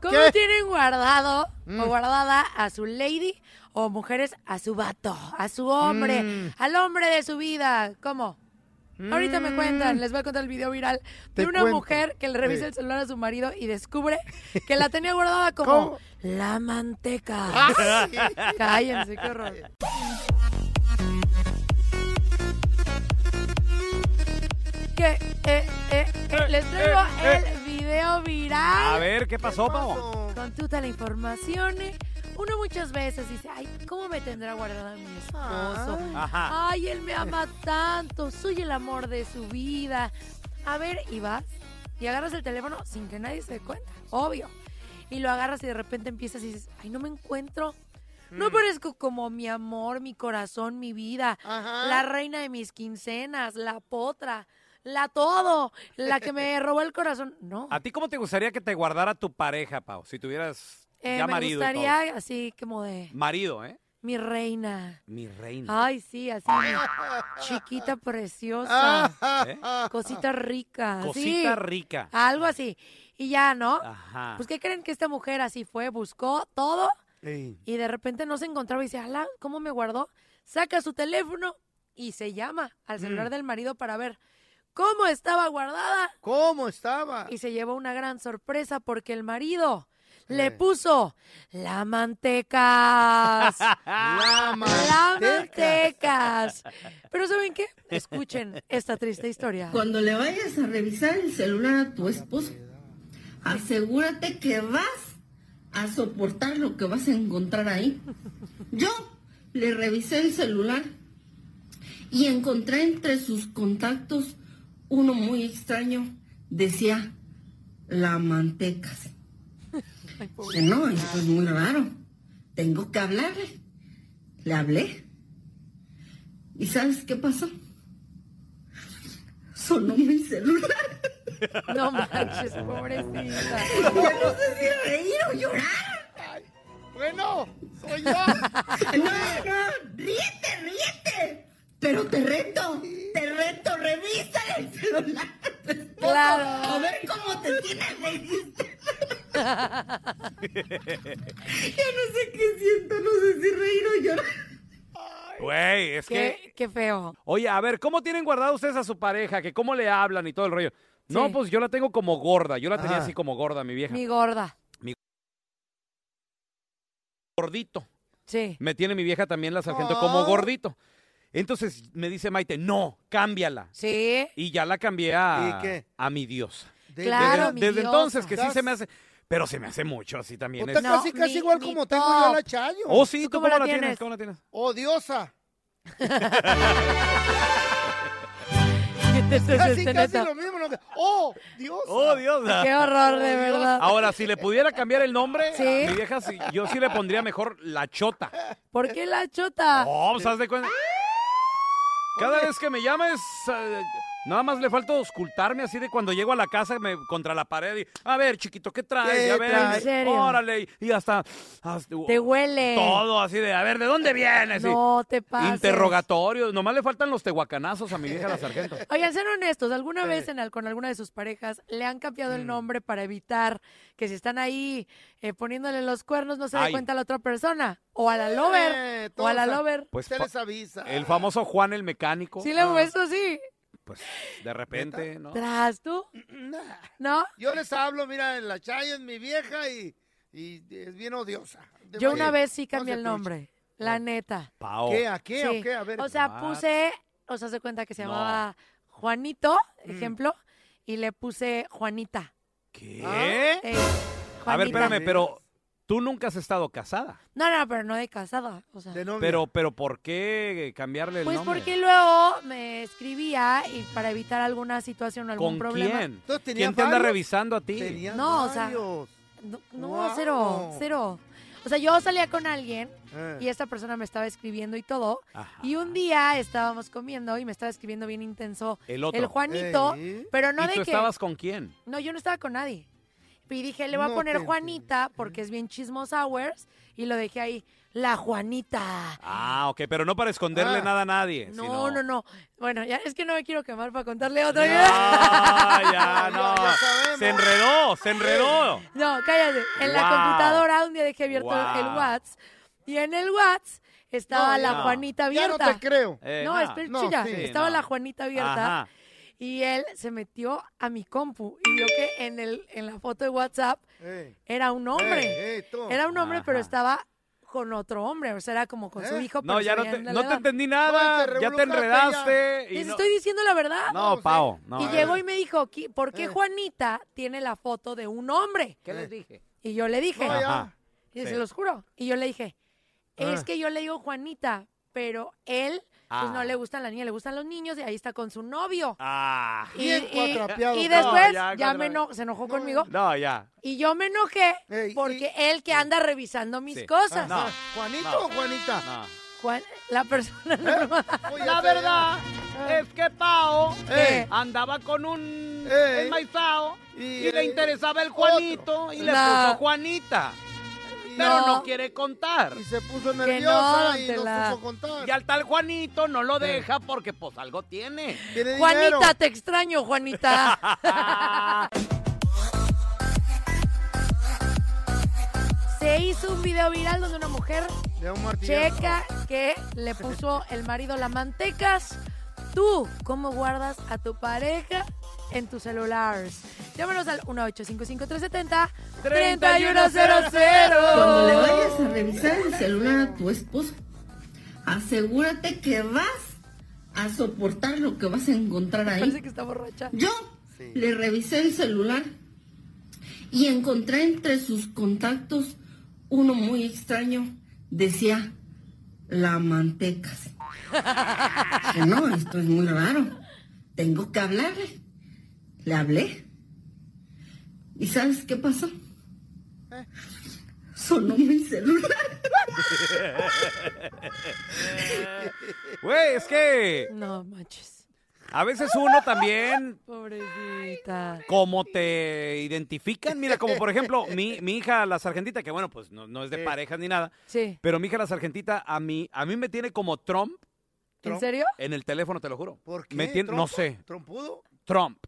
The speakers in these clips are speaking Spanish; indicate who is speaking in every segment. Speaker 1: ¿Cómo tienen guardado o guardada a su lady o mujeres a su vato, a su hombre, al hombre de su vida? ¿Cómo? Ahorita me cuentan, les voy a contar el video viral de
Speaker 2: Te
Speaker 1: una
Speaker 2: cuento.
Speaker 1: mujer que le revisa
Speaker 2: Sí.
Speaker 1: el celular a su marido y descubre que la tenía guardada como
Speaker 2: ¿Cómo?
Speaker 1: la manteca. Cállense, qué horror. Que, eh, eh, eh, les traigo el video viral.
Speaker 3: A ver, ¿qué pasó, Pavo?
Speaker 1: Con toda la información, eh, uno muchas veces dice, ay, ¿cómo me tendrá guardada mi esposo?
Speaker 3: Ajá.
Speaker 1: Ay, él me ama tanto, soy el amor de su vida. A ver, y vas y agarras el teléfono sin que nadie se dé cuenta, obvio. Y lo agarras y de repente empiezas y dices, ay, no me encuentro. No parezco como mi amor, mi corazón, mi vida,
Speaker 2: Ajá.
Speaker 1: la reina de mis quincenas, la potra, la todo, la que me robó el corazón. No.
Speaker 3: ¿A ti cómo te gustaría que te guardara tu pareja, Pau? Si tuvieras
Speaker 1: Eh,
Speaker 3: ya
Speaker 1: me
Speaker 3: marido. y todo.
Speaker 1: gustaría así como de
Speaker 3: Marido, ¿eh?
Speaker 1: mi reina.
Speaker 3: Mi reina.
Speaker 1: Ay, sí, así. de Chiquita preciosa.
Speaker 3: ¿eh?
Speaker 1: Cosita rica.
Speaker 3: Cosita
Speaker 1: Ah, sí,
Speaker 3: rica.
Speaker 1: Algo así. Y ya, ¿no?
Speaker 3: Ajá.
Speaker 1: Pues, ¿qué creen que esta mujer así fue? Buscó todo
Speaker 3: Ey.
Speaker 1: y de repente no se encontraba y dice, ala, ¿cómo me guardó? Saca su teléfono y se llama al
Speaker 3: Mm.
Speaker 1: celular del marido para ver cómo estaba guardada.
Speaker 2: ¿Cómo estaba?
Speaker 1: Y se llevó una gran sorpresa porque el marido le puso la mantecas.
Speaker 2: La
Speaker 1: La
Speaker 2: manteca.
Speaker 1: mantecas. Pero ¿saben qué? Escuchen esta triste historia.
Speaker 4: Cuando le vayas a revisar el celular a tu esposo, asegúrate que vas a soportar lo que vas a encontrar ahí. Yo le revisé el celular y encontré entre sus contactos uno muy extraño. Decía, la mantecas. Dije, no, esto es muy raro. Tengo que hablarle. Le hablé. ¿Y sabes qué pasó? Sonó mi celular.
Speaker 1: No manches, pobrecita.
Speaker 4: Ya no sé si reír o llorar.
Speaker 2: Bueno, soy yo.
Speaker 4: No, no, ríete, ríete. Pero te reto, te reto, revisa el celular.
Speaker 1: Claro.
Speaker 4: A ver cómo te tienes registrado. Ya no sé qué siento, no sé si reír o llorar.
Speaker 3: Güey, es que.
Speaker 1: Qué, qué feo.
Speaker 3: Oye, a ver, ¿cómo tienen guardado ustedes a su pareja? Que cómo le hablan y todo el rollo. No,
Speaker 1: Sí.
Speaker 3: pues yo la tengo como gorda. Yo la tenía
Speaker 2: Ajá.
Speaker 3: así como gorda, mi vieja.
Speaker 1: Mi gorda.
Speaker 3: Gordito.
Speaker 1: Sí.
Speaker 3: Me tiene mi vieja también la
Speaker 1: Ah.
Speaker 3: sargento como
Speaker 2: Oh.
Speaker 3: gordito. Entonces me dice Maite, no, cámbiala.
Speaker 1: Sí.
Speaker 3: Y ya la cambié a,
Speaker 2: ¿Y qué?
Speaker 3: a mi diosa.
Speaker 2: De-
Speaker 1: Claro,
Speaker 3: desde
Speaker 1: mi
Speaker 3: desde
Speaker 1: diosa.
Speaker 3: entonces, que sí
Speaker 2: Ya
Speaker 3: se me hace. Pero se me hace mucho así también.
Speaker 2: Puta,
Speaker 3: es-
Speaker 1: No,
Speaker 2: casi, casi
Speaker 1: mi-
Speaker 2: igual
Speaker 1: mi
Speaker 2: como tengo yo a la
Speaker 1: top.
Speaker 2: Chayo. Oh,
Speaker 3: Oh, sí, ¿tú,
Speaker 1: cómo
Speaker 3: cómo,
Speaker 1: la
Speaker 3: la tienes?
Speaker 1: tienes?
Speaker 3: ¿Cómo la tienes?
Speaker 2: Odiosa.
Speaker 1: ¿Qué te haces
Speaker 2: Casi,
Speaker 1: este
Speaker 2: casi
Speaker 1: neta?
Speaker 2: lo mismo. lo que- Oh, Diosa.
Speaker 3: ¡Oh, Dios! Ah,
Speaker 1: Qué horror, de verdad.
Speaker 3: Ahora, si le pudiera cambiar el nombre,
Speaker 1: Sí.
Speaker 3: a mi vieja, sí, yo sí le pondría mejor la chota.
Speaker 1: ¿Por qué la chota?
Speaker 3: Oh, pues, haz de cuenta? Cada vez que me llames, eh, Nada más le falta auscultarme así de cuando llego a la casa me contra la pared y, a ver, chiquito, ¿qué traes?
Speaker 2: ¿Qué
Speaker 3: a ver,
Speaker 2: traes?
Speaker 1: ¿En serio?
Speaker 3: órale, y hasta, hasta-
Speaker 1: Te huele.
Speaker 3: todo así de, a ver, ¿de dónde vienes? Y
Speaker 1: No te pases.
Speaker 3: interrogatorios, nomás le faltan los tehuacanazos a mi vieja la sargento.
Speaker 1: Oigan, sean honestos, ¿alguna vez en al- con alguna de sus parejas le han cambiado
Speaker 2: Mm.
Speaker 1: el nombre para evitar que si están ahí eh, poniéndole los cuernos no se dé
Speaker 3: Ay.
Speaker 1: cuenta a la otra persona? O a la lover.
Speaker 2: Eh,
Speaker 1: o a la
Speaker 2: todos-
Speaker 1: lover.
Speaker 3: Pues
Speaker 2: Se
Speaker 3: pa-
Speaker 2: les avisa.
Speaker 3: el famoso Juan el mecánico, Ah,
Speaker 1: Sí, le hago eso, sí.
Speaker 3: pues de repente, ¿no?
Speaker 1: ¿Tras tú?
Speaker 2: Nah.
Speaker 1: ¿No?
Speaker 2: Yo les hablo, mira, en la Chayo es mi vieja y, y es bien odiosa.
Speaker 1: Yo una
Speaker 2: Sí.
Speaker 1: vez sí
Speaker 2: No
Speaker 1: cambié
Speaker 2: se
Speaker 1: el
Speaker 2: trucha.
Speaker 1: nombre. La neta.
Speaker 3: Pao.
Speaker 2: ¿Qué? ¿A qué?
Speaker 1: Sí.
Speaker 2: ¿O qué? A ver.
Speaker 1: O sea,
Speaker 3: what?
Speaker 1: puse, o sea, se cuenta que se
Speaker 3: No.
Speaker 1: llamaba Juanito,
Speaker 2: Mm.
Speaker 1: ejemplo, y le puse Juanita.
Speaker 3: ¿Qué?
Speaker 2: Ah.
Speaker 1: Ey,
Speaker 3: A ver,
Speaker 1: Juanita.
Speaker 3: espérame, pero tú nunca has estado casada.
Speaker 1: No, no, pero no de casada. O sea.
Speaker 2: de novia.
Speaker 3: Pero, pero ¿por qué cambiarle el
Speaker 1: Pues
Speaker 3: nombre?
Speaker 1: porque luego me escribía y para evitar alguna situación, algún
Speaker 3: ¿Con
Speaker 1: problema.
Speaker 3: quién?
Speaker 2: Entonces, ¿tenía
Speaker 3: ¿Quién te anda
Speaker 2: varios?
Speaker 3: revisando a ti?
Speaker 2: Tenías
Speaker 1: No, o sea,
Speaker 2: varios.
Speaker 1: No, no,
Speaker 2: Wow.
Speaker 1: cero, cero. O sea, yo salía con alguien
Speaker 2: Eh.
Speaker 1: y esta persona me estaba escribiendo y todo.
Speaker 3: Ajá.
Speaker 1: Y un día estábamos comiendo y me estaba escribiendo bien intenso
Speaker 3: El otro.
Speaker 1: el Juanito,
Speaker 2: Ey.
Speaker 1: pero no
Speaker 3: ¿Y
Speaker 1: de
Speaker 3: tú
Speaker 1: que
Speaker 3: estabas con quién?
Speaker 1: no, yo no estaba con nadie. Y dije, le voy a
Speaker 2: No
Speaker 1: poner
Speaker 2: te
Speaker 1: Juanita porque es bien chismos hours y lo dejé ahí, la Juanita.
Speaker 3: Ah, ok, pero no para esconderle
Speaker 2: Ah.
Speaker 3: nada a nadie.
Speaker 1: No,
Speaker 3: sino-
Speaker 1: no, no. Bueno, ya es que no me quiero quemar para contarle otra.
Speaker 3: Ah, ya,
Speaker 2: Ya, ya
Speaker 3: no.
Speaker 2: sabemos.
Speaker 3: Se enredó, se enredó.
Speaker 1: No, cállate. En la
Speaker 3: Wow.
Speaker 1: computadora un día dejé abierto
Speaker 3: Wow.
Speaker 1: el WhatsApp y en el WhatsApp estaba
Speaker 2: No,
Speaker 1: la
Speaker 3: no.
Speaker 1: Juanita
Speaker 2: Ya no
Speaker 1: abierta.
Speaker 2: te creo.
Speaker 3: Eh,
Speaker 1: No,
Speaker 3: nah.
Speaker 1: espera,
Speaker 2: No,
Speaker 1: chilla,
Speaker 2: sí,
Speaker 1: estaba
Speaker 3: no.
Speaker 1: la Juanita abierta
Speaker 3: Ajá.
Speaker 1: y él se metió a mi compu y vio que en el en la foto de WhatsApp
Speaker 3: Eh.
Speaker 2: Ey.
Speaker 1: era un hombre.
Speaker 2: Ey, ey, tú.
Speaker 1: Era un hombre, pero
Speaker 3: Ajá.
Speaker 1: estaba con otro hombre, o sea, era como con su
Speaker 2: ¿Eh?
Speaker 1: hijo, pero
Speaker 3: No, ya
Speaker 1: se
Speaker 3: no te,
Speaker 1: veían de
Speaker 3: no
Speaker 1: la
Speaker 3: te
Speaker 1: edad.
Speaker 3: entendí nada.
Speaker 2: Oye, te
Speaker 3: Ya te
Speaker 2: revolucaste
Speaker 3: enredaste. y
Speaker 1: Les
Speaker 3: no-
Speaker 1: estoy diciendo la verdad.
Speaker 3: No,
Speaker 2: sí.
Speaker 3: Pao. No,
Speaker 1: y
Speaker 3: eh.
Speaker 1: llegó y me dijo, "¿Qui- ¿por qué
Speaker 2: Eh.
Speaker 1: Juanita tiene la foto de un hombre?
Speaker 3: ¿Qué les dije?
Speaker 1: Y yo le dije,
Speaker 2: No, ya.
Speaker 3: Ajá.
Speaker 1: Y se
Speaker 3: Sí.
Speaker 1: los juro. Y yo le dije, es
Speaker 2: Ah.
Speaker 1: que yo le digo Juanita, pero él,
Speaker 3: Ah.
Speaker 1: pues no le gustan las niñas, le gustan los niños y ahí está con su novio.
Speaker 3: Ah.
Speaker 1: Y,
Speaker 2: Bien
Speaker 1: y-
Speaker 2: cuatrapeado,
Speaker 1: y
Speaker 2: no,
Speaker 1: después
Speaker 3: ya,
Speaker 1: ya, me
Speaker 3: cuatrapeado.
Speaker 1: eno- se enojó conmigo
Speaker 3: No, ya.
Speaker 1: y yo me enojé
Speaker 2: Ey, y-
Speaker 1: porque él que anda revisando mis
Speaker 3: Sí. Ah,
Speaker 1: cosas.
Speaker 3: No.
Speaker 2: ¿Juanito
Speaker 3: No.
Speaker 2: o Juanita?
Speaker 3: No.
Speaker 1: Juan- la
Speaker 3: Eh,
Speaker 1: persona normal.
Speaker 2: Oye,
Speaker 3: La
Speaker 2: te-
Speaker 3: verdad es que Pao eh,
Speaker 1: ¿Qué?
Speaker 3: andaba con un
Speaker 1: Eh.
Speaker 2: Ey.
Speaker 3: enmaizao y,
Speaker 2: Y,
Speaker 3: le
Speaker 2: eh,
Speaker 3: interesaba el Juanito y le
Speaker 1: No.
Speaker 3: puso Juanita.
Speaker 2: y-
Speaker 3: Pero no.
Speaker 1: No.
Speaker 3: quiere contar.
Speaker 2: Y se puso nerviosa y no
Speaker 1: tela.
Speaker 2: supo contar.
Speaker 3: Y al tal Juanito no lo
Speaker 1: Eh.
Speaker 3: deja porque pues algo tiene.
Speaker 2: ¿Tiene dinero?
Speaker 1: Juanita, te extraño, Juanita. Se hizo un video viral donde una mujer
Speaker 2: De un martillazo.
Speaker 1: Checa que le puso el marido la mantecas. Tú, ¿cómo guardas a tu pareja en tus celulares? Llámanos al 1855-370-3100.
Speaker 4: Cuando le vayas a revisar el celular a tu esposo, asegúrate que vas a soportar lo que vas a encontrar
Speaker 1: Parece
Speaker 4: ahí.
Speaker 1: que está borracha.
Speaker 4: Yo
Speaker 2: Sí.
Speaker 4: le revisé el celular y encontré entre sus contactos uno muy extraño. Decía, la mantecas. Dije, no, esto es muy raro. Tengo que hablarle. Le hablé. ¿Y sabes qué pasó? Sonó mi celular.
Speaker 3: Güey, es que
Speaker 1: No manches.
Speaker 3: a veces uno también
Speaker 1: Pobrecita.
Speaker 3: como te identifican, mira, como por ejemplo mi, mi hija la sargentita, que bueno, pues no, no es de pareja ni nada,
Speaker 1: Sí.
Speaker 3: pero mi hija la sargentita a mí, a mí me tiene como Trump
Speaker 1: ¿En
Speaker 2: Trump.
Speaker 1: serio?
Speaker 3: en el teléfono, te lo juro.
Speaker 2: ¿Por qué?
Speaker 3: Me tiene- no
Speaker 2: ¿Trompo?
Speaker 3: sé,
Speaker 2: ¿Trompudo?
Speaker 3: Trump,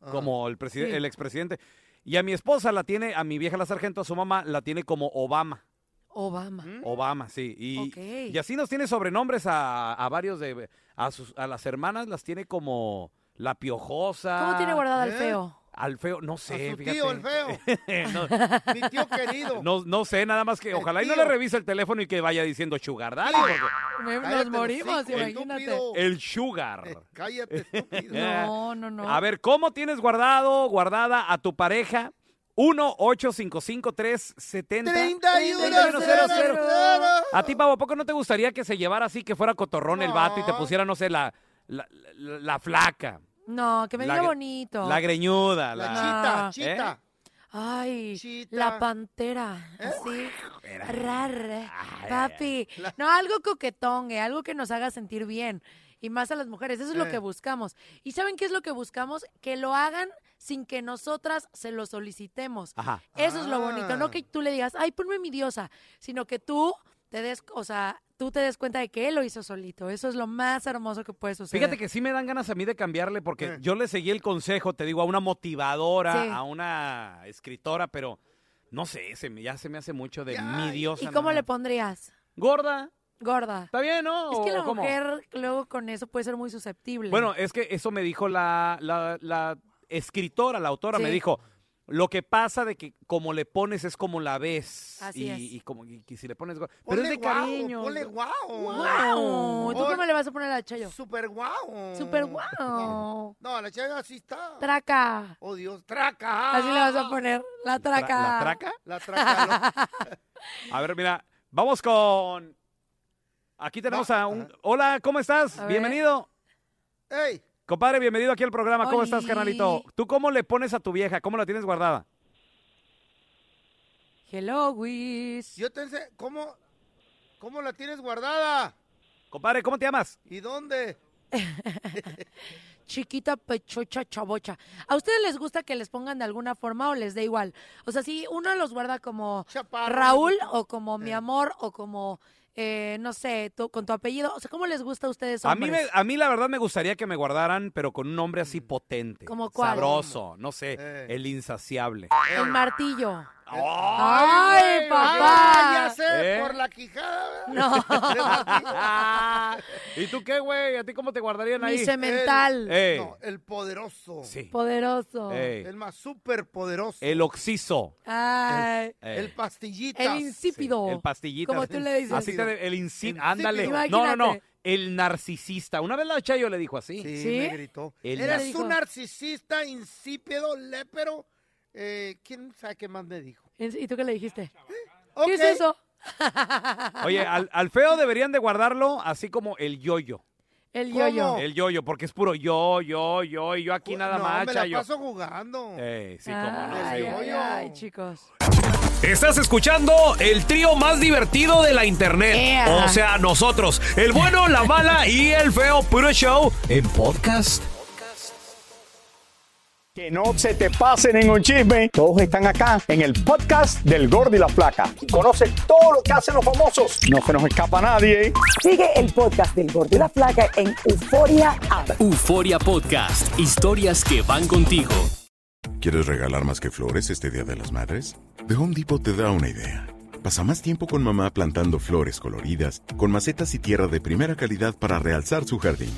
Speaker 2: Ah.
Speaker 3: como el, preside-
Speaker 1: Sí.
Speaker 3: el expresidente. Y a mi esposa la tiene, a mi vieja la sargento, a su mamá la tiene como Obama.
Speaker 1: Obama.
Speaker 2: Mm.
Speaker 3: Obama, sí. Y,
Speaker 1: Ok.
Speaker 3: y así nos tiene sobrenombres a, a varios de... A, sus, a las hermanas las tiene como la piojosa.
Speaker 1: ¿Cómo tiene guardada el
Speaker 2: ¿Eh?
Speaker 1: feo?
Speaker 3: Al feo, no
Speaker 2: A
Speaker 3: sé,
Speaker 2: su
Speaker 3: fíjate.
Speaker 2: tío, el feo.
Speaker 3: no,
Speaker 2: Mi tío querido.
Speaker 3: no- no sé, nada más que
Speaker 2: El
Speaker 3: ojalá y no
Speaker 2: tío.
Speaker 3: le revise el teléfono y que vaya diciendo sugar daddy. porque
Speaker 1: Me-
Speaker 2: Cállate
Speaker 1: Nos
Speaker 2: el
Speaker 1: morimos,
Speaker 2: hocico,
Speaker 1: imagínate.
Speaker 2: estúpido.
Speaker 3: El sugar.
Speaker 2: Eh, Cállate, estúpido.
Speaker 1: No, no, no.
Speaker 3: A ver, ¿cómo tienes guardado, guardada a tu pareja? 1 855 370
Speaker 2: 3100.
Speaker 3: A ti, Pavo, ¿a poco no te gustaría que se llevara así, que fuera cotorrón el vato y te
Speaker 2: No.
Speaker 3: pusiera, no sé, la, la, la- la flaca,
Speaker 1: No, que me
Speaker 3: La
Speaker 1: diga
Speaker 3: gre-
Speaker 1: bonito.
Speaker 3: la greñuda,
Speaker 2: La
Speaker 3: la...
Speaker 1: Ah.
Speaker 2: chita, chita.
Speaker 1: Ay,
Speaker 2: Chita.
Speaker 1: la pantera.
Speaker 3: ¿Eh?
Speaker 1: Así. Rar, papi. No, algo coquetongue, algo que nos haga sentir bien. Y más a las mujeres. Eso es lo
Speaker 2: Eh.
Speaker 1: que buscamos. ¿Y saben qué es lo que buscamos? Que lo hagan sin que nosotras se lo solicitemos.
Speaker 3: Ajá.
Speaker 1: Eso es lo
Speaker 2: Ah.
Speaker 1: bonito. No que tú le digas, ay, ponme mi diosa, sino que tú te des, o sea, tú te des cuenta de que él lo hizo solito. Eso es lo más hermoso que puede suceder.
Speaker 3: Fíjate que sí me dan ganas a mí de cambiarle porque
Speaker 2: Eh.
Speaker 3: yo le seguí el consejo, te digo, a una motivadora,
Speaker 1: Sí.
Speaker 3: a una escritora, pero no sé, se me- ya se me hace mucho de mi diosa.
Speaker 1: ¿Y cómo
Speaker 3: no,
Speaker 1: le
Speaker 3: no.
Speaker 1: pondrías?
Speaker 3: Gorda,
Speaker 1: Gorda.
Speaker 3: ¿está bien, no?
Speaker 1: Es que
Speaker 3: ¿O
Speaker 1: la
Speaker 3: cómo?
Speaker 1: mujer luego con eso puede ser muy susceptible.
Speaker 3: Bueno, es que eso me dijo la, la- la escritora, la autora, me
Speaker 1: Sí.
Speaker 3: dijo, lo que pasa de que como le pones es como la ves.
Speaker 1: Así
Speaker 3: y,
Speaker 1: es.
Speaker 3: y como, y- y si le pones... go- Pero
Speaker 2: Ponle
Speaker 3: es de
Speaker 2: guau,
Speaker 3: cariño.
Speaker 2: Ponle guau.
Speaker 1: ¡Wow! ¿Tú
Speaker 2: Oh,
Speaker 1: cómo le vas a poner a Chayo?
Speaker 2: Super guau.
Speaker 1: Super wow.
Speaker 2: No, la chaga así está.
Speaker 1: Traca.
Speaker 2: oh, Dios. Traca.
Speaker 1: Así le vas a poner. La
Speaker 3: Ah. Tra-
Speaker 1: traca.
Speaker 3: ¿La traca?
Speaker 2: La traca.
Speaker 3: A ver, mira, vamos con... Aquí tenemos
Speaker 2: Va-
Speaker 3: a un... Hola, ¿cómo estás?
Speaker 1: A ver.
Speaker 3: Bienvenido.
Speaker 2: lo- ¡Ey!
Speaker 3: Compadre, bienvenido aquí al programa. ¿Cómo estás,
Speaker 1: Oli.
Speaker 3: carnalito? ¿Tú cómo le pones a tu vieja? ¿Cómo la tienes guardada?
Speaker 1: Hello, Wiz.
Speaker 2: Yo te ense- ¿Cómo, ¿Cómo la tienes guardada?
Speaker 3: Compadre, ¿cómo te llamas?
Speaker 2: ¿Y dónde?
Speaker 1: Chiquita pechocha chabocha. ¿A ustedes les gusta que les pongan de alguna forma o les da igual? O sea, si uno los guarda como
Speaker 2: Chaparro.
Speaker 1: Raúl o como mi amor o como, eh, no sé, tu- con tu apellido. O sea, ¿cómo les gusta a ustedes
Speaker 3: A mí, me-
Speaker 1: hombres?
Speaker 3: a mí la verdad me gustaría que me guardaran, pero con un nombre así potente.
Speaker 1: ¿Cómo cuál?
Speaker 3: Sabroso, no sé,
Speaker 2: Mm. Eh.
Speaker 3: el insaciable.
Speaker 1: El martillo.
Speaker 3: ¡Oh!
Speaker 1: ¡Ay,
Speaker 2: güey!
Speaker 1: papá!
Speaker 2: ¡Ah, eh, ya sé!
Speaker 3: ¿Eh?
Speaker 2: Por la quijada. ¿verdad?
Speaker 1: No,
Speaker 3: ¿Y tú qué, güey? ¿A ti cómo te guardarían
Speaker 1: mi
Speaker 3: ahí?
Speaker 1: semental.
Speaker 3: Ey.
Speaker 2: No, el poderoso.
Speaker 3: Eh. Sí.
Speaker 1: Poderoso.
Speaker 3: Ey.
Speaker 2: El más súper poderoso.
Speaker 3: El eh. oxiso.
Speaker 1: Ay,
Speaker 3: Ey.
Speaker 2: El pastillita.
Speaker 1: el insípido.
Speaker 3: El pastillita.
Speaker 1: Como tú le dices.
Speaker 3: Así te, el insi- Ándale.
Speaker 1: Imagínate.
Speaker 3: No, no, no. El narcisista. Una vez la Chayo le dijo así.
Speaker 2: Sí,
Speaker 1: ¿Sí?
Speaker 2: me gritó.
Speaker 3: El
Speaker 2: Eres
Speaker 1: narciso.
Speaker 2: un narcisista, insípido, lépero. Eh, ¿Quién sabe qué más me dijo?
Speaker 1: ¿Y tú qué le dijiste?
Speaker 2: Ok.
Speaker 1: ¿Qué es eso?
Speaker 3: Oye, al, al feo deberían de guardarlo así como el yoyo.
Speaker 1: El
Speaker 2: ¿Cómo?
Speaker 1: yoyo.
Speaker 3: El yoyo, porque es puro yo, yo, yo, y yo aquí nada
Speaker 2: no,
Speaker 3: más,
Speaker 2: me la
Speaker 3: Chayo. Eh.
Speaker 2: paso jugando.
Speaker 3: Ey, sí, cómo no, sí.
Speaker 1: Ay, ay,
Speaker 2: yoyo.
Speaker 1: ay, chicos.
Speaker 5: Estás escuchando el trío más divertido de la internet.
Speaker 1: Ea.
Speaker 5: O sea, nosotros, el bueno, la mala y el feo puro show en podcast.
Speaker 6: Que no se te pase ningún chisme. Todos están acá en el podcast del Gordi y la Flaca. Y conoce todo lo que hacen los famosos. No se nos escapa nadie.
Speaker 7: Sigue el podcast del Gordo y la Flaca en Euforia App.
Speaker 5: Euforia Podcast, historias que van contigo.
Speaker 8: ¿Quieres regalar más que flores este Día de las Madres? The Home Depot te da una idea. Pasa más tiempo con mamá plantando flores coloridas, con macetas y tierra de primera calidad para realzar su jardín.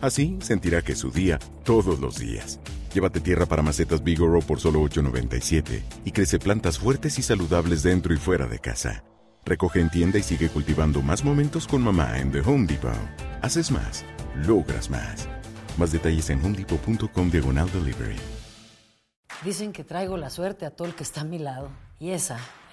Speaker 8: Así sentirá que es su día todos los días. Llévate tierra para macetas Bigoro por solo $8.97 y crece plantas fuertes y saludables dentro y fuera de casa. Recoge en tienda y sigue cultivando más momentos con mamá en The Home Depot. Haces más, logras más. Más detalles en homedepot.com diagonal delivery.
Speaker 9: Dicen que traigo la suerte a todo el que está a mi lado. Y esa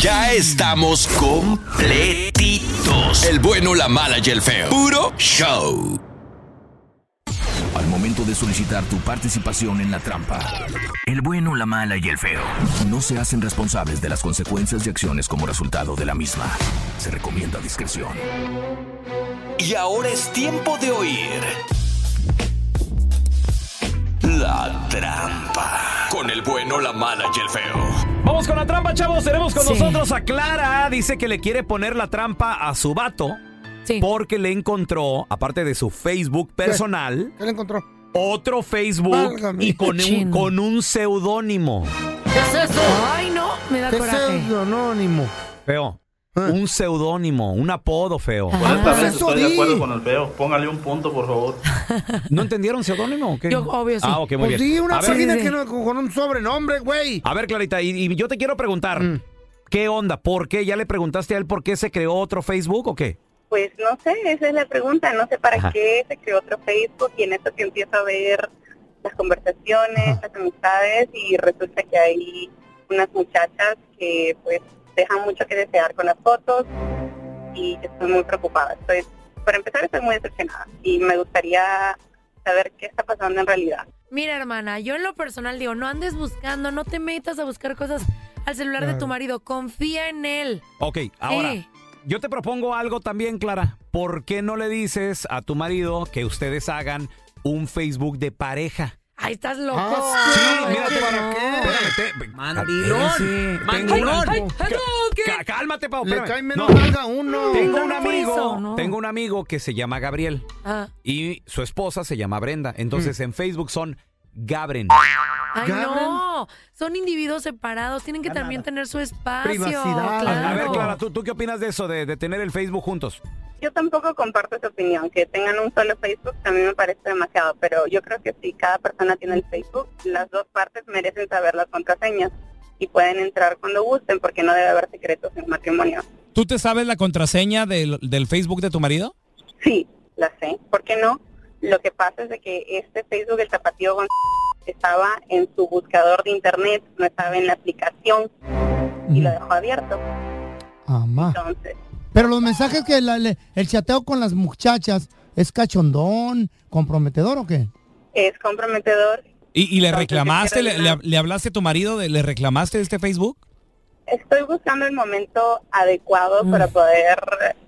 Speaker 5: Ya estamos completitos. El bueno, la mala y el feo. Puro show. Al momento de solicitar tu participación en la trampa, el bueno, la mala y el feo no se hacen responsables de las consecuencias y acciones como resultado de la misma. Se recomienda discreción. Y ahora es tiempo de oír. La trampa. Con el bueno, la mala y el feo.
Speaker 3: Vamos con la trampa, chavos. Tenemos con
Speaker 1: Sí.
Speaker 3: nosotros a Clara. Dice que le quiere poner la trampa a su vato
Speaker 1: Sí.
Speaker 3: porque le encontró, aparte de su Facebook personal,
Speaker 2: ¿Qué le encontró?
Speaker 3: otro Facebook
Speaker 2: Válgame.
Speaker 3: y con un,
Speaker 1: Chin.
Speaker 3: con un seudónimo.
Speaker 2: ¿Qué es eso?
Speaker 1: Ay, no, me da
Speaker 2: ¿Qué es
Speaker 1: coraje.
Speaker 2: eso, anónimo?
Speaker 3: Feo.
Speaker 2: Ah.
Speaker 3: Un seudónimo, un apodo feo.
Speaker 1: Buenas
Speaker 2: tardes, Pues eso estoy de di. acuerdo con
Speaker 6: el feo. Póngale un punto, por favor.
Speaker 3: ¿No entendieron seudónimo o qué?
Speaker 1: Yo, obvio, sí.
Speaker 3: Ah, ok, muy
Speaker 2: Pues
Speaker 3: bien.
Speaker 2: sí, una
Speaker 3: a, ver,
Speaker 2: página
Speaker 1: sí, sí.
Speaker 2: que no- con un sobrenombre, güey. Mm.
Speaker 1: Mm.
Speaker 3: a ver, Clarita, y, y yo te quiero preguntar. ¿Qué onda? ¿Por qué? ¿Ya le preguntaste a él por qué se creó otro Facebook o qué?
Speaker 10: Pues no sé, esa es la pregunta. No sé para
Speaker 3: Ajá.
Speaker 10: qué se creó otro Facebook y en eso que empiezo a ver las conversaciones, las amistades y resulta que hay unas muchachas que pues dejan mucho que desear con las fotos y estoy muy preocupada. Estoy, para empezar estoy muy decepcionada y me gustaría saber qué está pasando en realidad.
Speaker 1: Mira, hermana, yo en lo personal digo, no andes buscando, no te metas a buscar cosas al celular de
Speaker 3: Claro.
Speaker 1: tu marido, confía en él.
Speaker 3: Ok, ahora,
Speaker 1: Sí.
Speaker 3: yo te propongo algo también, Clara. ¿Por qué no le dices a tu marido que ustedes hagan un Facebook de pareja?
Speaker 1: Ahí estás loco.
Speaker 3: Ah, sí, mira, te van
Speaker 1: Mandilón,
Speaker 3: Espérate,
Speaker 1: mandilón.
Speaker 3: eh, tengo-
Speaker 1: Ay, ay, no, ¿qué?
Speaker 3: Ca- Cálmate, Pau,
Speaker 2: Le
Speaker 3: espérame.
Speaker 2: cae menos nalga a uno.
Speaker 3: Tengo
Speaker 2: No,
Speaker 3: un
Speaker 2: no fue
Speaker 3: amigo,
Speaker 2: eso, no.
Speaker 3: tengo un amigo que se llama Gabriel
Speaker 1: Ah.
Speaker 3: y su esposa se llama Brenda. Entonces en Facebook son Gabren.
Speaker 1: Ay, no. Son individuos separados, tienen que también tener su espacio.
Speaker 3: A- A ver,
Speaker 1: claro.
Speaker 3: Clara, ¿tú, tú qué opinas de eso, de, de tener el Facebook juntos?
Speaker 10: Yo tampoco comparto esa opinión, que tengan un solo Facebook a mí me parece demasiado, pero yo creo que si cada persona tiene el Facebook, las dos partes merecen saber las contraseñas y pueden entrar cuando gusten porque no debe haber secretos en matrimonio.
Speaker 11: ¿Tú te sabes la contraseña del, del Facebook de tu marido?
Speaker 10: Sí, la sé, ¿por qué no? Lo que pasa es de que este Facebook, el zapatillo Gon- estaba en su buscador de internet, no estaba en la aplicación y lo dejó abierto.
Speaker 12: Amá.
Speaker 10: Entonces,
Speaker 12: Pero los mensajes que la- le- el chateo con las muchachas es cachondón, comprometedor o qué?
Speaker 10: es comprometedor
Speaker 11: ¿Y, y le reclamaste, le, le- le hablaste a tu marido, de- le reclamaste este Facebook?
Speaker 10: Estoy buscando el momento adecuado para poder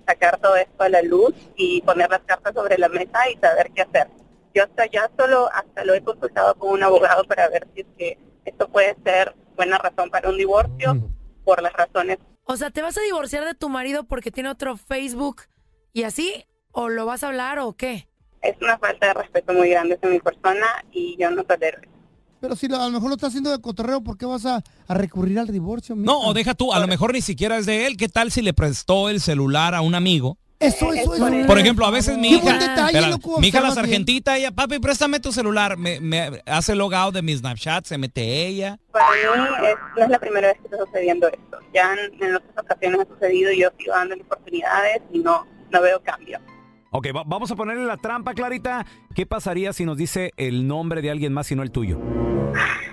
Speaker 10: sacar todo esto a la luz y poner las cartas sobre la mesa y saber qué hacer. Yo hasta ya solo hasta lo he consultado con un abogado para ver si es que esto puede ser buena razón para un divorcio por las razones.
Speaker 1: O sea, ¿te vas a divorciar de tu marido porque tiene otro Facebook y así? ¿O lo vas a hablar o qué?
Speaker 10: Es una falta de respeto muy grande hacia mi persona y yo no tolero.
Speaker 12: Pero si lo- a lo mejor lo está haciendo de cotorreo, ¿por qué vas a, a recurrir al divorcio? mija?
Speaker 11: No, o deja tú, a lo mejor ni siquiera es de él. ¿Qué tal si le prestó el celular a un amigo?
Speaker 12: Eso, eso, eso.
Speaker 11: Por ejemplo, a veces mi
Speaker 12: Qué
Speaker 11: hija,
Speaker 12: buen detalle,
Speaker 11: espera,
Speaker 12: loco,
Speaker 11: mi hija la
Speaker 12: observas bien.
Speaker 11: sargentita, ella, papi, préstame tu celular, me, me hace logout de mis Snapchat, se mete ella.
Speaker 10: Para mí es- no es la primera vez que está sucediendo esto. Ya en, en otras ocasiones ha sucedido y yo sigo dándole oportunidades y no, no veo cambio.
Speaker 3: Ok, va- vamos a ponerle la trampa, Clarita. ¿Qué pasaría si nos dice el nombre de alguien más y no el tuyo?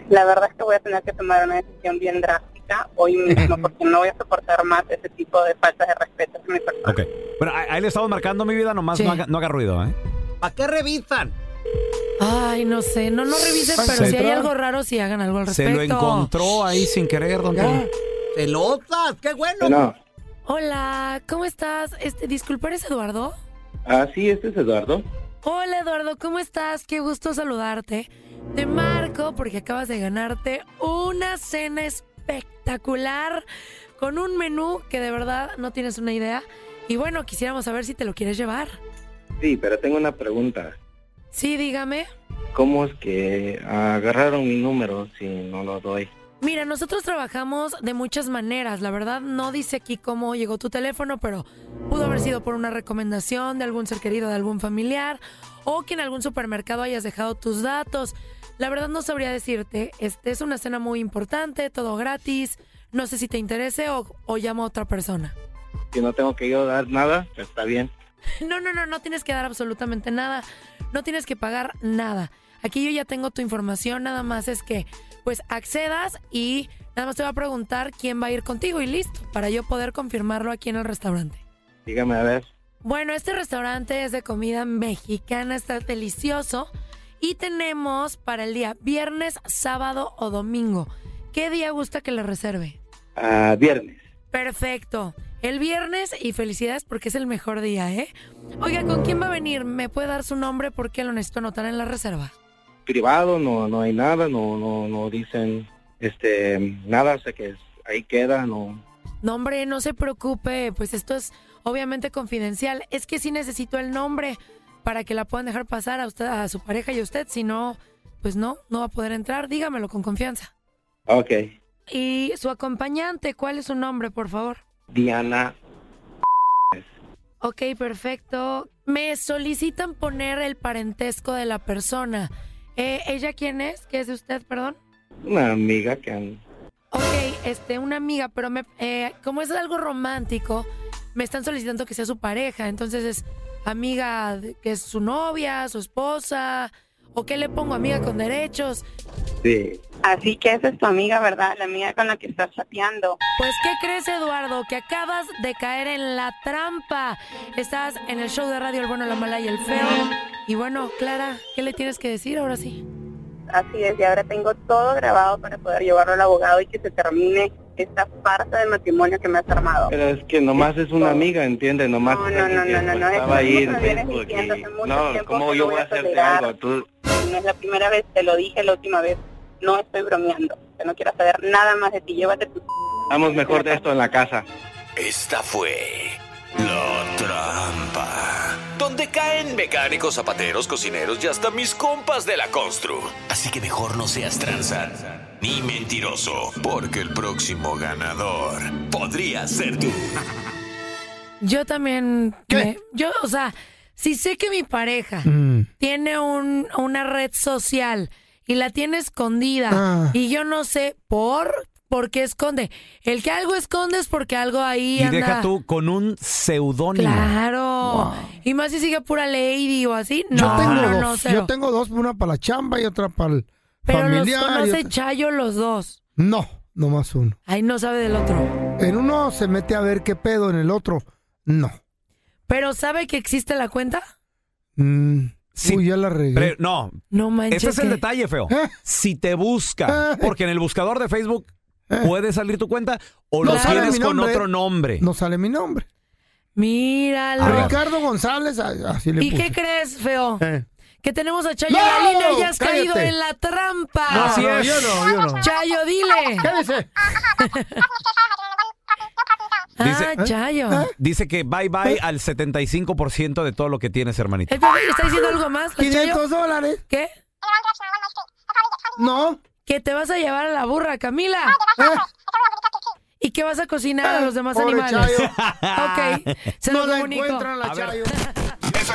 Speaker 10: La verdad es que voy a tener que tomar una decisión bien drástica hoy mismo porque no voy a soportar más ese tipo de faltas de respeto. que me per-
Speaker 3: Ok. Bueno, ahí ahí le estamos marcando mi vida, nomás no, haga, no haga ruido, ¿eh?
Speaker 10: ¿Para qué revisan?
Speaker 1: Ay, no sé, no, no revisen,
Speaker 3: Ay,
Speaker 1: pero
Speaker 3: se
Speaker 1: si hay
Speaker 3: tra-
Speaker 1: algo raro, si hagan algo al
Speaker 3: Se
Speaker 1: respecto.
Speaker 3: lo encontró ahí sin querer, don Tela.
Speaker 1: ¡Pelosas! ¡Qué
Speaker 13: Bueno,
Speaker 1: Hola, ¿cómo estás? Este, disculpa, ¿eres Eduardo?
Speaker 13: ah, sí, este es Eduardo.
Speaker 1: Hola, Eduardo, ¿cómo estás? Qué gusto saludarte. Te marco porque acabas de ganarte una cena espectacular con un menú que de verdad no tienes una idea. Y bueno, quisiéramos saber si te lo quieres llevar.
Speaker 13: Sí, pero tengo una pregunta.
Speaker 1: Sí, dígame.
Speaker 13: ¿Cómo es que ah, agarraron mi número si no lo doy?
Speaker 1: Mira, nosotros trabajamos de muchas maneras. La verdad, no dice aquí cómo llegó tu teléfono, pero pudo haber sido por una recomendación de algún ser querido, de algún familiar, o que en algún supermercado hayas dejado tus datos. La verdad, no sabría decirte. Este es una cena muy importante, todo gratis. No sé si te interese o, o llamo a otra persona.
Speaker 13: Si no tengo que yo dar nada, pues está bien.
Speaker 1: No, no, no, no tienes que dar absolutamente nada. No tienes que pagar nada. Aquí yo ya tengo tu información, nada más es que pues accedas y nada más te va a preguntar quién va a ir contigo y listo, para yo poder confirmarlo aquí en el restaurante.
Speaker 13: Dígame a ver.
Speaker 1: Bueno, este restaurante es de comida mexicana, está delicioso y tenemos para el día viernes, sábado o domingo. ¿Qué día gusta que le reserve?
Speaker 13: Ah, viernes.
Speaker 1: Perfecto. El viernes y felicidades porque es el mejor día, ¿eh? Oiga, ¿con quién va a venir? ¿Me puede dar su nombre porque lo necesito anotar en la reserva?
Speaker 13: Privado, no, no hay nada, no, no, no dicen, este, nada, sé que es- ahí queda, no.
Speaker 1: No, hombre, no se preocupe, pues esto es obviamente confidencial. Es que sí necesito el nombre para que la puedan dejar pasar a usted, a su pareja y a usted, si no, pues no, no va a poder entrar. Dígamelo con confianza.
Speaker 13: Ok.
Speaker 1: Y su acompañante, ¿cuál es su nombre, por favor?
Speaker 13: Diana,
Speaker 1: Ok, perfecto. Me solicitan poner el parentesco de la persona. Eh, ¿Ella quién es? ¿Qué es de usted, perdón?
Speaker 13: una amiga que han-
Speaker 1: Ok, este, una amiga, pero me, eh, como es algo romántico, me están solicitando que sea su pareja. Entonces es amiga de- que es su novia, su esposa, o qué le pongo amiga con derechos.
Speaker 14: Sí.
Speaker 10: Así que esa es tu amiga, ¿verdad? La amiga con la que estás chateando.
Speaker 1: Pues, ¿qué crees, Eduardo? Que acabas de caer en la trampa. Estás en el show de radio El Bueno, la Mala y el Feo. Y bueno, Clara, ¿qué le tienes que decir ahora sí?
Speaker 10: Así es, y ahora tengo todo grabado para poder llevarlo al abogado y que se termine esta farsa de matrimonio que me has armado.
Speaker 14: Pero es que nomás es una amiga, ¿entiendes? Nomás
Speaker 10: No, no, no, no, no, no,
Speaker 14: Ah, estaba
Speaker 10: es
Speaker 14: ahí
Speaker 10: que
Speaker 14: en
Speaker 10: me vienes
Speaker 14: Facebook y-
Speaker 10: diciendo hace mucho
Speaker 14: No,
Speaker 10: tiempo
Speaker 14: ¿cómo
Speaker 10: que
Speaker 14: yo
Speaker 10: no
Speaker 14: voy a
Speaker 10: voy a
Speaker 14: hacerte
Speaker 10: tolerar.
Speaker 14: algo? Tú,
Speaker 10: No es la primera vez, te lo dije la última vez. No estoy bromeando. Yo no quiero saber nada más de ti. Llévate tu...
Speaker 14: vamos mejor de esto en la casa.
Speaker 15: Esta fue la trampa. Donde caen mecánicos, zapateros, cocineros y hasta mis compas de la constru. Así que mejor no seas tranza ni mentiroso, porque el próximo ganador podría ser tú.
Speaker 1: Yo también. me- yo, o sea, si sé que mi pareja
Speaker 2: Mm.
Speaker 1: tiene un, una red social y la tiene escondida
Speaker 2: Ah.
Speaker 1: y yo no sé por, por qué esconde. El que algo esconde es porque algo ahí
Speaker 3: Y
Speaker 1: anda.
Speaker 3: deja tú con un seudónimo.
Speaker 1: Claro. Y más si sigue pura lady o así. No,
Speaker 2: Yo tengo
Speaker 1: no,
Speaker 2: dos.
Speaker 1: no, cero.
Speaker 2: Yo tengo dos, una para la chamba y otra para el
Speaker 1: Pero
Speaker 2: familiar.
Speaker 1: los
Speaker 2: y
Speaker 1: conoce
Speaker 2: otra-
Speaker 1: Chayo los dos.
Speaker 2: No, nomás uno.
Speaker 1: Ahí no sabe del otro.
Speaker 2: En uno se mete a ver qué pedo, en el otro, no.
Speaker 1: Pero ¿sabe que existe la cuenta?
Speaker 2: Mm, uy, Ah. ya la regué. ¿Eh?
Speaker 3: Pero, no.
Speaker 1: No manches.
Speaker 3: Este es el
Speaker 1: que-
Speaker 3: detalle, feo. Si te
Speaker 2: Ah.
Speaker 3: busca, porque en el buscador de Facebook puede salir tu cuenta o
Speaker 2: No
Speaker 3: lo
Speaker 2: sale
Speaker 3: tienes
Speaker 2: mi
Speaker 3: con
Speaker 2: nombre,
Speaker 3: otro
Speaker 2: ¿eh?
Speaker 3: nombre.
Speaker 2: No sale mi nombre.
Speaker 1: Míralo.
Speaker 2: Ricardo González, a- así le
Speaker 1: ¿Y
Speaker 2: puse.
Speaker 1: qué crees, feo?
Speaker 2: Eh.
Speaker 1: Que tenemos a Chayo
Speaker 2: ¡No!
Speaker 1: Galina y has caído
Speaker 2: ¡Cállate!
Speaker 1: en la trampa.
Speaker 2: No, Así no, es. yo no, yo no.
Speaker 1: Chayo, dile.
Speaker 2: Cállese. ¿eh?
Speaker 1: ah, Chayo.
Speaker 3: Dice que bye bye
Speaker 2: Ah.
Speaker 3: al 75% de todo lo que tienes, hermanito.
Speaker 2: Eh.
Speaker 1: El papá le está diciendo algo más. ¿la Chayo?
Speaker 2: 500 dólares.
Speaker 1: ¿Qué?
Speaker 2: No. ¿Eh?
Speaker 1: Que te vas a llevar a la burra, Camila. ¿Y que vas a cocinar a los demás
Speaker 2: Eh, Pobre
Speaker 1: animales?
Speaker 2: Chayo.
Speaker 1: ok, se
Speaker 2: No
Speaker 1: lo
Speaker 2: la
Speaker 1: comunico.
Speaker 2: encuentran, la Chayo.
Speaker 15: Eso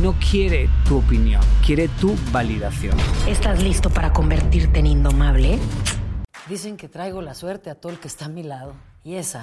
Speaker 16: no quiere tu opinión, quiere tu validación.
Speaker 9: ¿Estás listo para convertirte en indomable? Dicen que traigo la suerte a todo el que está a mi lado. Y esa